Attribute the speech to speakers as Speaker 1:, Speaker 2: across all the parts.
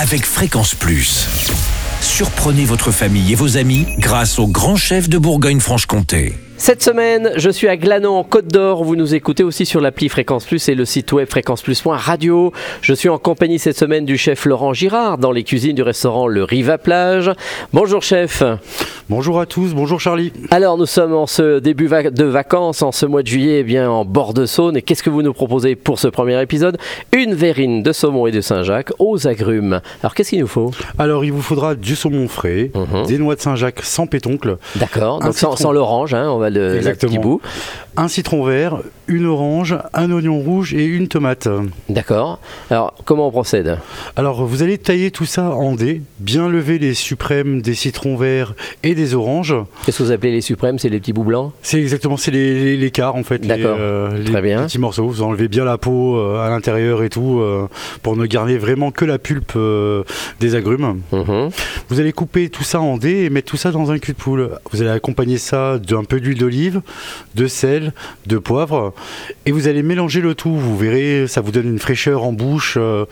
Speaker 1: avec Fréquence Plus. Surprenez votre famille et vos amis grâce au grand chef de Bourgogne-Franche-Comté.
Speaker 2: Cette semaine, je suis à Glanon en Côte d'Or. Vous nous écoutez aussi sur l'appli Fréquence Plus et le site web fréquenceplus.radio. Je suis en compagnie cette semaine du chef Laurent Girard dans les cuisines du restaurant Le Riva Plage. Bonjour chef.
Speaker 3: Bonjour à tous, bonjour Charlie.
Speaker 2: Alors nous sommes en ce début vac- de vacances, en ce mois de juillet, eh bien en bord de Saône. Et qu'est-ce que vous nous proposez pour ce premier épisode Une verrine de saumon et de Saint-Jacques aux agrumes. Alors qu'est-ce qu'il nous faut
Speaker 3: Alors il vous faudra du saumon frais,
Speaker 2: Mhm.
Speaker 3: des noix de Saint-Jacques sans pétoncle,
Speaker 2: D'accord.
Speaker 3: Un
Speaker 2: Donc sans,
Speaker 3: citron.
Speaker 2: sans l'orange, hein, on va le le petit
Speaker 3: Exactement.
Speaker 2: bout.
Speaker 3: un citron vert, une orange, un oignon rouge et une tomate.
Speaker 2: D'accord. Alors comment on procède
Speaker 3: Alors vous allez tailler tout ça en dés, bien lever les suprêmes des citrons verts et des oranges.
Speaker 2: Qu'est-ce que vous appelez les suprêmes C'est les petits bouts blancs
Speaker 3: C'est exactement, c'est les, les- les quarts en fait, les, euh,
Speaker 2: D'accord.
Speaker 3: les
Speaker 2: Très bien.
Speaker 3: petits morceaux. Vous enlevez bien la peau euh, à l'intérieur et tout euh, pour ne garder vraiment que la pulpe euh, des agrumes.
Speaker 2: Mhm.
Speaker 3: Vous allez couper tout ça en dés et mettre tout ça dans un cul de poule. Vous allez accompagner ça d'un peu d'huile d'olive, de sel, de poivre et vous allez mélanger le tout. Vous verrez, ça vous donne une fraîcheur en bouche. euh,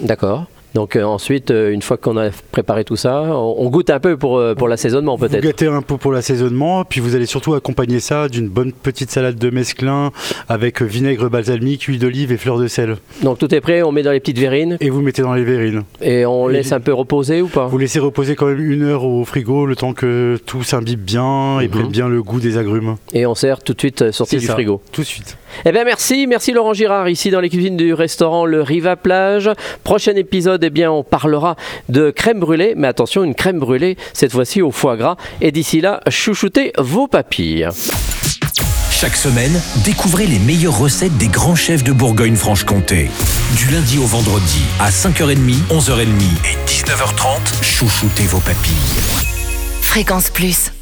Speaker 2: D'accord. Donc euh, ensuite, euh, une fois qu'on a préparé tout ça, on, on goûte un peu pour, euh, pour l'assaisonnement
Speaker 3: Vous
Speaker 2: peut-être.
Speaker 3: gâtez un peu pour l'assaisonnement, puis vous allez surtout accompagner ça d'une bonne petite salade de mesclin avec vinaigre balsamique, huile d'olive et fleur de sel.
Speaker 2: Donc tout est prêt, on met dans les petites verrines
Speaker 3: Et vous mettez dans les verrines.
Speaker 2: et on
Speaker 3: Et-
Speaker 2: laisse un peu reposer ou pas
Speaker 3: Vous laissez reposer quand même une heure au frigo le temps que tout s'imbibe bien et
Speaker 2: Mhm.
Speaker 3: prenne bien le goût des agrumes.
Speaker 2: Et on sert tout de suite euh, sorti
Speaker 3: C'est
Speaker 2: du
Speaker 3: ça.
Speaker 2: frigo.
Speaker 3: Tout de suite.
Speaker 2: Eh bien merci, merci Laurent Girard ici dans les cuisines du restaurant Le Riva Plage. Prochain épisode, eh bien on parlera de crème brûlée, mais attention une crème brûlée cette fois-ci au foie gras. Et d'ici là, chouchoutez vos papilles.
Speaker 1: Chaque semaine, découvrez les meilleures recettes des grands chefs de Bourgogne-Franche-Comté. Du lundi au vendredi, à 5h30, 11h30 et 19h30, chouchoutez vos papilles.
Speaker 4: Fréquence Plus.